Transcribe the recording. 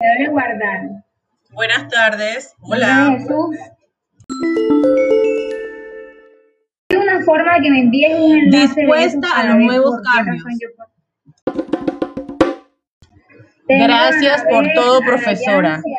Victoria Guardado. Buenas tardes. Hola. Jesús. Hay una forma de que me envíes un enlace de Dispuesta esos a para los ver nuevos por qué razón cambios. yo puedo- Tengo a Gracias por Anabel, todo, a Dayan, profesora. y